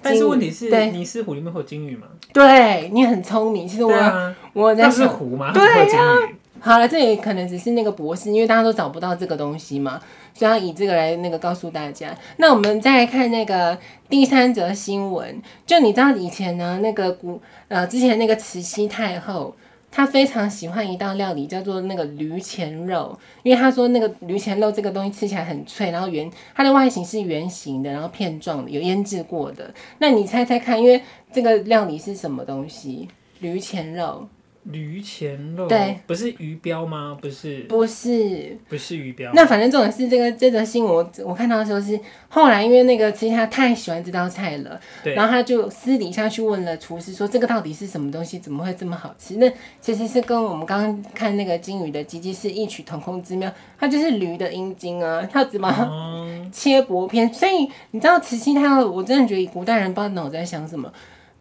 Speaker 2: 但是问题是，
Speaker 1: 对
Speaker 2: 尼斯湖里面会有金鱼吗？
Speaker 1: 对你很聪明，其实我、
Speaker 2: 对啊，
Speaker 1: 我在
Speaker 2: 那是
Speaker 1: 想，
Speaker 2: 湖吗？它
Speaker 1: 对
Speaker 2: 怎么会有金
Speaker 1: 啊
Speaker 2: 鱼？
Speaker 1: 好了，这也可能只是那个博士，因为大家都找不到这个东西嘛，所以他以这个来那个告诉大家。那我们再来看那个第三则新闻，就你知道以前呢，那个古呃之前那个慈禧太后。她非常喜欢一道料理，叫做那个驴前肉，因为她说那个驴前肉这个东西吃起来很脆，然后圆，它的外形是圆形的，然后片状的，有腌制过的。那你猜猜看，因为这个料理是什么东西？驴前肉
Speaker 2: 驴前肉，
Speaker 1: 对，
Speaker 2: 不是鱼标吗？不是，
Speaker 1: 不是
Speaker 2: 不是鱼标。
Speaker 1: 那反正重点是这个这则新闻，我我看到的时候是后来因为那个其实他太喜欢这道菜了，
Speaker 2: 对
Speaker 1: 然后他就私底下去问了厨师说这个到底是什么东西，怎么会这么好吃？那其实是跟我们刚刚看那个金鱼的鸡鸡是异曲同工之妙，它就是驴的阴茎啊，它只把它
Speaker 2: 哦，
Speaker 1: 切薄片，所以你知道慈禧太后，我真的觉得古代人不知道脑子在想什么，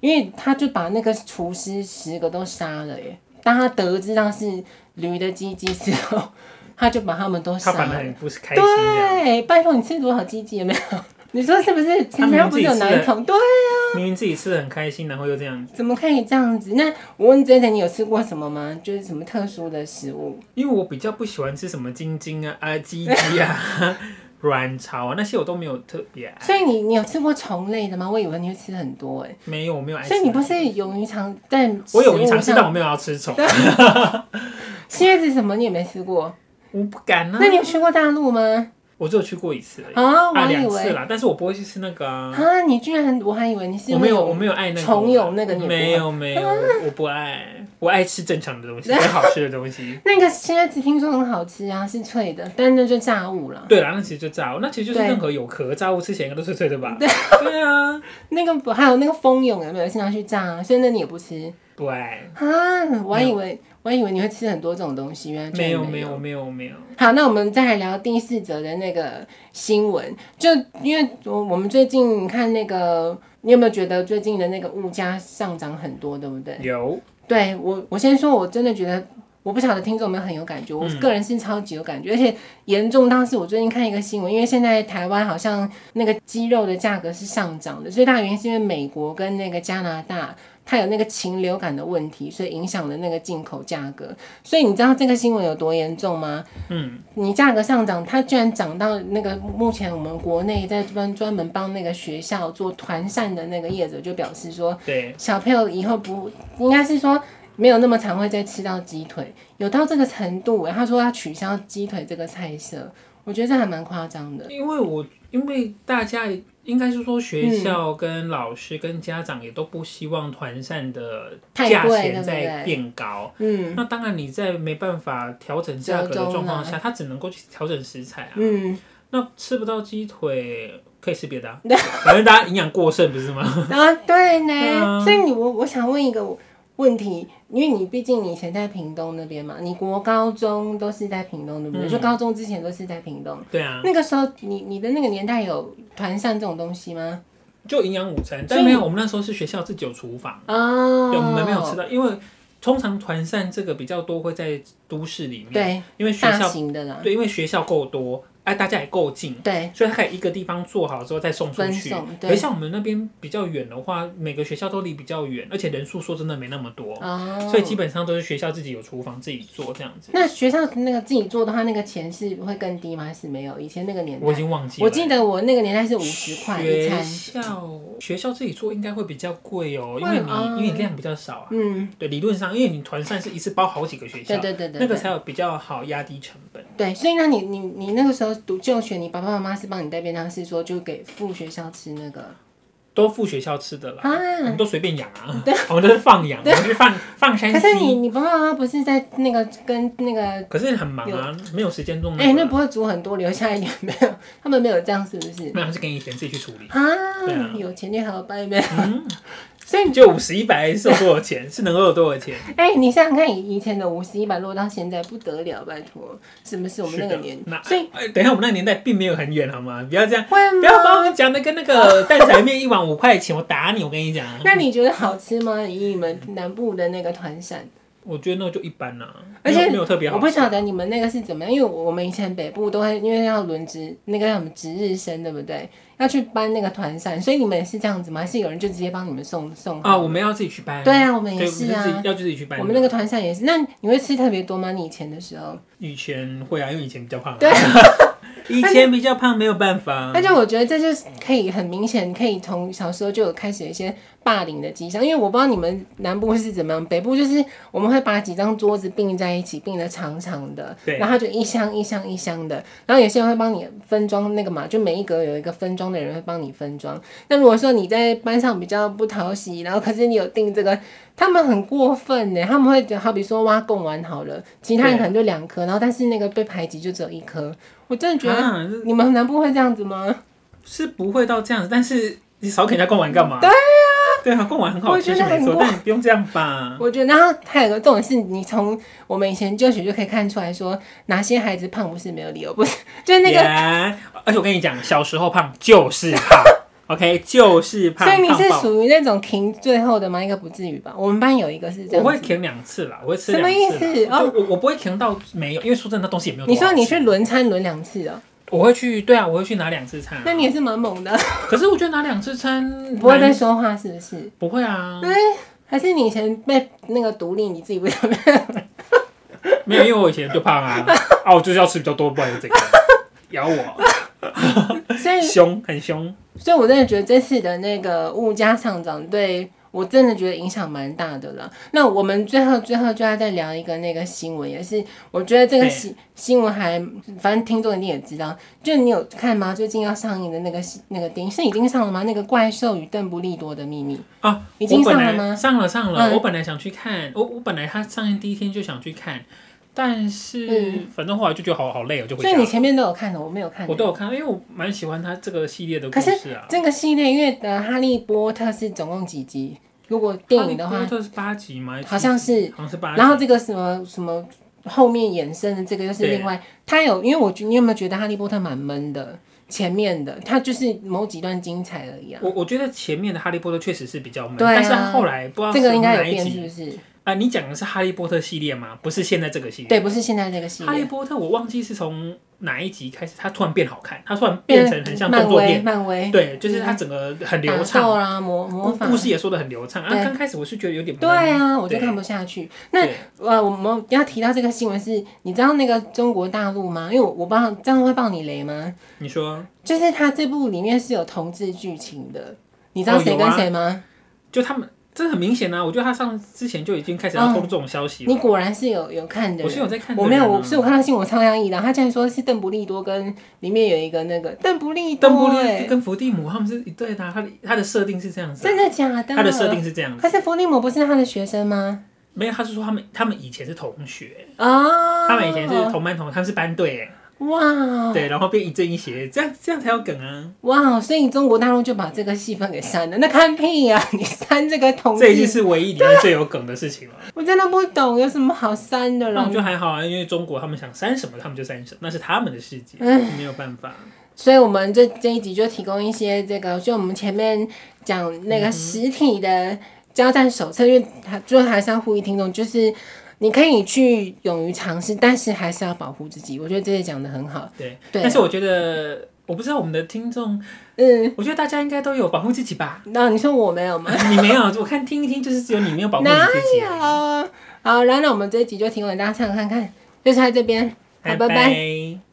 Speaker 1: 因为他就把那个厨师十个都杀了耶。当他得知到是驴的鸡鸡之后，他就把他们都杀
Speaker 2: 他反而
Speaker 1: 了
Speaker 2: 很。不是开心这样。
Speaker 1: 对，拜托你吃多少鸡鸡有没有？你说是不是？慈禧太后不是有男宠？对，
Speaker 2: 明明自己吃的很开心，然后又这样子。
Speaker 1: 怎么可以这样子？那我问真的，你有吃过什么吗？就是什么特殊的食物？
Speaker 2: 因为我比较不喜欢吃什么晶晶啊、啊鸡鸡啊、 卵巢啊那些，我都没有特别啊爱。
Speaker 1: 所以你你有吃过虫类的吗？我以为你会吃很多哎。
Speaker 2: 没有，我没有爱吃。
Speaker 1: 所以你不是勇于尝，但
Speaker 2: 我有
Speaker 1: 食物
Speaker 2: 尝试，
Speaker 1: 上
Speaker 2: 但我没有要吃虫。啊
Speaker 1: 蝎子什么你也没吃过，
Speaker 2: 我不敢呢、
Speaker 1: 那你有去过大陆吗？
Speaker 2: 我只有去过一次而已，
Speaker 1: 啊，我
Speaker 2: 啊
Speaker 1: 还以
Speaker 2: 两次
Speaker 1: 为
Speaker 2: 啦，但是我不会去吃那个啊。
Speaker 1: 啊，你居然，我还以为你是
Speaker 2: 我没有，我没有爱那个
Speaker 1: 重有啊那个你不爱
Speaker 2: 没有没有，我不爱，我爱吃正常的 东西，我爱好吃的东西。
Speaker 1: 那个蝎子听说很好吃啊，是脆的，但那就炸物了。
Speaker 2: 对啦，那其实就炸物，那其实就是
Speaker 1: 对
Speaker 2: 任何有壳炸物吃起来应该都脆脆的吧？对啊，
Speaker 1: 那个不还有那个蜂蛹有没有经常去炸啊？所以那你也不吃
Speaker 2: 不爱，
Speaker 1: 啊？我还以为我还以为你会吃很多这种东西，原来居然
Speaker 2: 没有
Speaker 1: 没
Speaker 2: 没有没有没有，
Speaker 1: 好，那我们再来聊第四则的那个新闻，就因为我我们最近看那个，你有没有觉得最近的那个物价上涨很多，对不对？
Speaker 2: 有
Speaker 1: 对我，我先说，我真的觉得，我不晓得听众有没有很有感觉，我个人是超级有感觉，而且严重到是我最近看一个新闻，因为现在台湾好像那个鸡肉的价格是上涨的，最大原因是因为美国跟那个加拿大。它有那个禽流感的问题，所以影响了那个进口价格。所以你知道这个新闻有多严重吗？
Speaker 2: 嗯，
Speaker 1: 你价格上涨，它居然涨到那个目前我们国内在专专门帮那个学校做团扇的那个业者就表示说，
Speaker 2: 对，
Speaker 1: 小朋友以后不应该是说没有那么常会再吃到鸡腿，有到这个程度、欸。他说要取消鸡腿这个菜色，我觉得这还蛮夸张的。
Speaker 2: 因为我因为大家应该是说学校跟老师跟家长也都不希望团扇的
Speaker 1: 太
Speaker 2: 价
Speaker 1: 贵对
Speaker 2: 钱
Speaker 1: 不
Speaker 2: 在
Speaker 1: 对
Speaker 2: 变高，
Speaker 1: 嗯
Speaker 2: 那当然你在没办法调整价格的状况下，他只能够去调整食材啊。
Speaker 1: 嗯，
Speaker 2: 那吃不到鸡腿，可以吃别 的、啊，反正大家营养过剩不是吗？
Speaker 1: 啊对呢，
Speaker 2: 对啊
Speaker 1: 所以你我我想问一个问题，因为你毕竟你以前在屏东那边嘛，你国高中都是在屏东对不对？
Speaker 2: 嗯
Speaker 1: 就高中之前都是在屏东。
Speaker 2: 对啊，
Speaker 1: 那个时候，你你的那个年代有团扇这种东西吗？
Speaker 2: 就营养午餐，
Speaker 1: 所
Speaker 2: 但
Speaker 1: 以
Speaker 2: 没有，我们那时候是学校自己有厨房，
Speaker 1: 哦
Speaker 2: 对，我们没有吃到，因为通常团扇这个比较多会在都市里面，
Speaker 1: 对，
Speaker 2: 因为学
Speaker 1: 大
Speaker 2: 校
Speaker 1: 型的啦，
Speaker 2: 对，因为学校够多，哎、大家也够近。
Speaker 1: 啊对，
Speaker 2: 所以它可以一个地方做好之后再送出
Speaker 1: 分
Speaker 2: 去。
Speaker 1: 送
Speaker 2: 而
Speaker 1: 对，
Speaker 2: 像我们那边比较远的话，每个学校都离比较远，而且人数说真的没那么多。
Speaker 1: 哦，
Speaker 2: 所以基本上都是学校自己有厨房自己做这样子。
Speaker 1: 那学校那个自己做的话，那个钱是会更低吗？还是没有？以前那个年代，
Speaker 2: 我已经忘记了，
Speaker 1: 我记得我那个年代是五十块一
Speaker 2: 学
Speaker 1: 餐，
Speaker 2: 校学校自己做应该会比较贵哦，因为
Speaker 1: 会吗
Speaker 2: 你因为你量比较少啊。
Speaker 1: 嗯，
Speaker 2: 对，理论上因为你团扇是一次包好几个学
Speaker 1: 对
Speaker 2: 校，
Speaker 1: 对对对，
Speaker 2: 那个
Speaker 1: 对
Speaker 2: 才有比较好压低成本。
Speaker 1: 对，所以那你你你那个时候读就学，你爸爸妈妈是帮你带便当，是说就给付学校吃那个
Speaker 2: 都付学校吃的啦，我
Speaker 1: 啊？
Speaker 2: 们都随便养 啊，我们都是放养，我们去放放山
Speaker 1: 可是你
Speaker 2: 鸡。
Speaker 1: 你爸爸妈妈不是在那个跟那个
Speaker 2: 可是很忙啊，没有时间弄
Speaker 1: 哎、
Speaker 2: 那
Speaker 1: 那
Speaker 2: 个。
Speaker 1: 不会煮很多，留下一点没有？他们没有这样，是不是？
Speaker 2: 没有，还是给你钱自己去处理。对
Speaker 1: 啊
Speaker 2: 啊，
Speaker 1: 有钱就好办呗。
Speaker 2: 嗯，
Speaker 1: 所以，
Speaker 2: 就五十一百是有多少钱？是能够有多少钱？
Speaker 1: 哎、你想想看，以以前的五十一百落到现在不得了，拜托，什么是我们那
Speaker 2: 是
Speaker 1: 个
Speaker 2: 的
Speaker 1: 年
Speaker 2: 那
Speaker 1: 所以
Speaker 2: 哎，等一下，我们那个年代并没有很远，好吗？不要这样，
Speaker 1: 会
Speaker 2: 不要把我
Speaker 1: 吗？
Speaker 2: 们讲的跟那 个蛋仔面一碗五块钱，我打你！我跟你讲，
Speaker 1: 那你觉得好吃吗？以你们南部的那个团扇，
Speaker 2: 我觉得那就一般啦、
Speaker 1: 而
Speaker 2: 没有
Speaker 1: 且
Speaker 2: 没有特别好
Speaker 1: 我
Speaker 2: 吃。
Speaker 1: 不晓得你们那个是怎么样，因为我们以前北部都会因为要轮值那个叫什么值日生，对不对？要去搬那个团扇，所以你们也是这样子吗？还是有人就直接帮你们送送好
Speaker 2: 啊，我们要自己去搬。
Speaker 1: 对啊，我们
Speaker 2: 对，
Speaker 1: 也
Speaker 2: 我
Speaker 1: 是
Speaker 2: 们
Speaker 1: 啊
Speaker 2: 自己。要自己去搬。
Speaker 1: 我们那个团扇也是。那你会吃特别多吗？你以前的时候？
Speaker 2: 以前会啊，因为以前比较胖、啊。
Speaker 1: 对，
Speaker 2: 以前比较胖，没有办法。
Speaker 1: 但是我觉得这就是可以很明显，可以从小时候就有开始有一些霸凌的迹象。因为我不知道你们南部是怎么样，北部就是我们会把几张桌子并在一起，并的长长的，
Speaker 2: 对
Speaker 1: 然后就一箱一箱一箱的。然后有些人会帮你分装那个嘛，就每一格有一个分装的人会帮你分装。那如果说你在班上比较不讨喜，然后可是你有订这个，他们很过分欸呢，他们会好比说挖贡丸好了，其他人可能就两颗，然后但是那个被排挤就只有一颗。我真的觉得
Speaker 2: 啊，
Speaker 1: 你们南部会这样子吗？
Speaker 2: 是不会到这样子，但是你少给人家逛完干嘛？对啊，对啊，逛完很好
Speaker 1: 我觉
Speaker 2: 吃
Speaker 1: 得
Speaker 2: 是没
Speaker 1: 很
Speaker 2: 错，
Speaker 1: 过
Speaker 2: 但你不用这样吧。
Speaker 1: 我觉得，然后还有个重点是，你从我们以前就学就可以看出来说，哪些孩子胖不是没有理由，不是 就是那个。
Speaker 2: 个，而且我跟你讲，小时候胖就是胖 ，OK，就是胖。
Speaker 1: 所以你是
Speaker 2: 胖爆
Speaker 1: 属于那种停最后的吗？应该不至于吧。我们班有一个是这
Speaker 2: 我会
Speaker 1: 样子。
Speaker 2: 舔两次啦，我会吃
Speaker 1: 什
Speaker 2: 两
Speaker 1: 么
Speaker 2: 次啦。
Speaker 1: 意思
Speaker 2: 就我我不会舔到没有，因为说真的，那东西也没有多
Speaker 1: 你
Speaker 2: 好吃。
Speaker 1: 说你去轮餐轮两次哦，
Speaker 2: 我会去，对啊，我会去拿两次餐啊、
Speaker 1: 那你也是蛮猛的，
Speaker 2: 可是我觉得拿两次餐
Speaker 1: 不会
Speaker 2: 蛮
Speaker 1: 再说话是不是？
Speaker 2: 不会啊，
Speaker 1: 还是你以前被那个独立，你自己不晓得？
Speaker 2: 没有，因为我以前就胖啊，啊，我就是要吃比较多，不然就这个咬我，
Speaker 1: 所以
Speaker 2: 凶很凶。
Speaker 1: 所以我真的觉得这次的那个物价上涨对我真的觉得影响蛮大的了。那我们最后最后就要再聊一个那个新闻，也是我觉得这个
Speaker 2: 对
Speaker 1: 新新闻还反正听众一定也知道，就你有看吗？最近要上映的那个那个电影是已经上了吗？那个《怪兽与邓布利多的秘密》
Speaker 2: 啊，
Speaker 1: 已经
Speaker 2: 我本
Speaker 1: 上了
Speaker 2: 来
Speaker 1: 吗
Speaker 2: 上了上了，
Speaker 1: 嗯
Speaker 2: 我本来想去看，我我本来他上映第一天就想去看，但是、
Speaker 1: 嗯
Speaker 2: 反正后来就觉得好好累哦，就回
Speaker 1: 所
Speaker 2: 家
Speaker 1: 以
Speaker 2: 了。
Speaker 1: 你前面都有看的，我没有看。
Speaker 2: 我都有看，因为我蛮喜欢他这个系列的故
Speaker 1: 可是
Speaker 2: 事啊。
Speaker 1: 这个系列，因为呃，《哈利波特》是总共几集？如果电影的
Speaker 2: 哈
Speaker 1: 话
Speaker 2: 利，波特是八集吗？
Speaker 1: 好像是
Speaker 2: 好像是八集。
Speaker 1: 然后这个什么什么后面衍生的这个又是
Speaker 2: 对
Speaker 1: 另外，它有，因为我觉你有没有觉得《哈利波特》蛮闷的？前面的它就是某几段精彩而已啊。
Speaker 2: 我我觉得前面的哈利波特确实是比较闷，
Speaker 1: 对啊
Speaker 2: 但是后来不知道
Speaker 1: 这个应该有
Speaker 2: 是哪一
Speaker 1: 变是
Speaker 2: 集
Speaker 1: 不是？
Speaker 2: 啊、你讲的是哈利波特系列吗？不是现在这个系列。
Speaker 1: 对，不是现在这个系
Speaker 2: 哈利
Speaker 1: 列，
Speaker 2: 波特我忘记是从哪一集开始，它突然变好看，它突然变
Speaker 1: 变
Speaker 2: 成很像动
Speaker 1: 漫
Speaker 2: 作
Speaker 1: 威，嗯
Speaker 2: 片，
Speaker 1: 漫威
Speaker 2: 对，就是它整个很流
Speaker 1: 打
Speaker 2: 畅，
Speaker 1: 斗啊啦，魔魔
Speaker 2: 故
Speaker 1: 法
Speaker 2: 故事也说的很流畅。啊，
Speaker 1: 对
Speaker 2: 刚开始我是觉得有点闷
Speaker 1: 对啊，我就
Speaker 2: 对
Speaker 1: 看不下去。那
Speaker 2: 对
Speaker 1: 呃，我们要提到这个新闻是，你知道那个中国大陆吗？因为我我不知道这样会爆你雷吗？
Speaker 2: 你说，
Speaker 1: 就是它这部里面是有同志剧情的，你知道
Speaker 2: 哦
Speaker 1: 谁
Speaker 2: 有啊
Speaker 1: 跟谁吗？
Speaker 2: 就他们这很明显啊，我觉得他上之前就已经开始要透露这种消息了。
Speaker 1: 你果然是有有看嗯的
Speaker 2: 我是
Speaker 1: 人。
Speaker 2: 有在看的
Speaker 1: 我没有，
Speaker 2: 人啊
Speaker 1: 我是我看到新闻我超压抑的，他竟然说是邓布利多跟里面有一个那个邓布利多、
Speaker 2: 邓布利
Speaker 1: 欸，
Speaker 2: 跟伏地魔他们是一对的啊、他的他的设定是这样子啊、
Speaker 1: 真的假的？
Speaker 2: 他的设定是这样子，
Speaker 1: 可是伏地魔不是他的学生吗？
Speaker 2: 没有，他是说他们他们以前是同学，
Speaker 1: 哦，
Speaker 2: 他们以前是同班同，他们是班队哎，
Speaker 1: 哇，
Speaker 2: 对，然后变一正一邪，这样这样才有梗啊，
Speaker 1: 哇，所以中国大陆就把这个戏份给删了，那看屁呀、你删这个同
Speaker 2: 这已经
Speaker 1: 志，
Speaker 2: 是唯一里面最有梗的事情了。啊
Speaker 1: 我真的不懂有什么好删的
Speaker 2: 那我
Speaker 1: 了
Speaker 2: 觉。得还好啊，因为中国他们想删什么他们就删什么，那是他们的世界，
Speaker 1: 唉
Speaker 2: 没有办法。
Speaker 1: 所以我们这这一集就提供一些这个，就我们前面讲那个实体的交战手册，因为它最后还是要呼吁听众，就是你可以去勇于尝试，但是还是要保护自己。我觉得这些讲的很好。
Speaker 2: 对，
Speaker 1: 对
Speaker 2: 但是我觉得我不知道我们的听众，
Speaker 1: 嗯，
Speaker 2: 我觉得大家应该都有保护自己吧。
Speaker 1: 那你说我没有吗？
Speaker 2: 你没有，我看听一听，就是只有你没有保护你
Speaker 1: 哪
Speaker 2: 自己而已。
Speaker 1: 啊有？好，然后那我们这一集就提供给大家参考看看，就是在这边。好，拜拜。
Speaker 2: 拜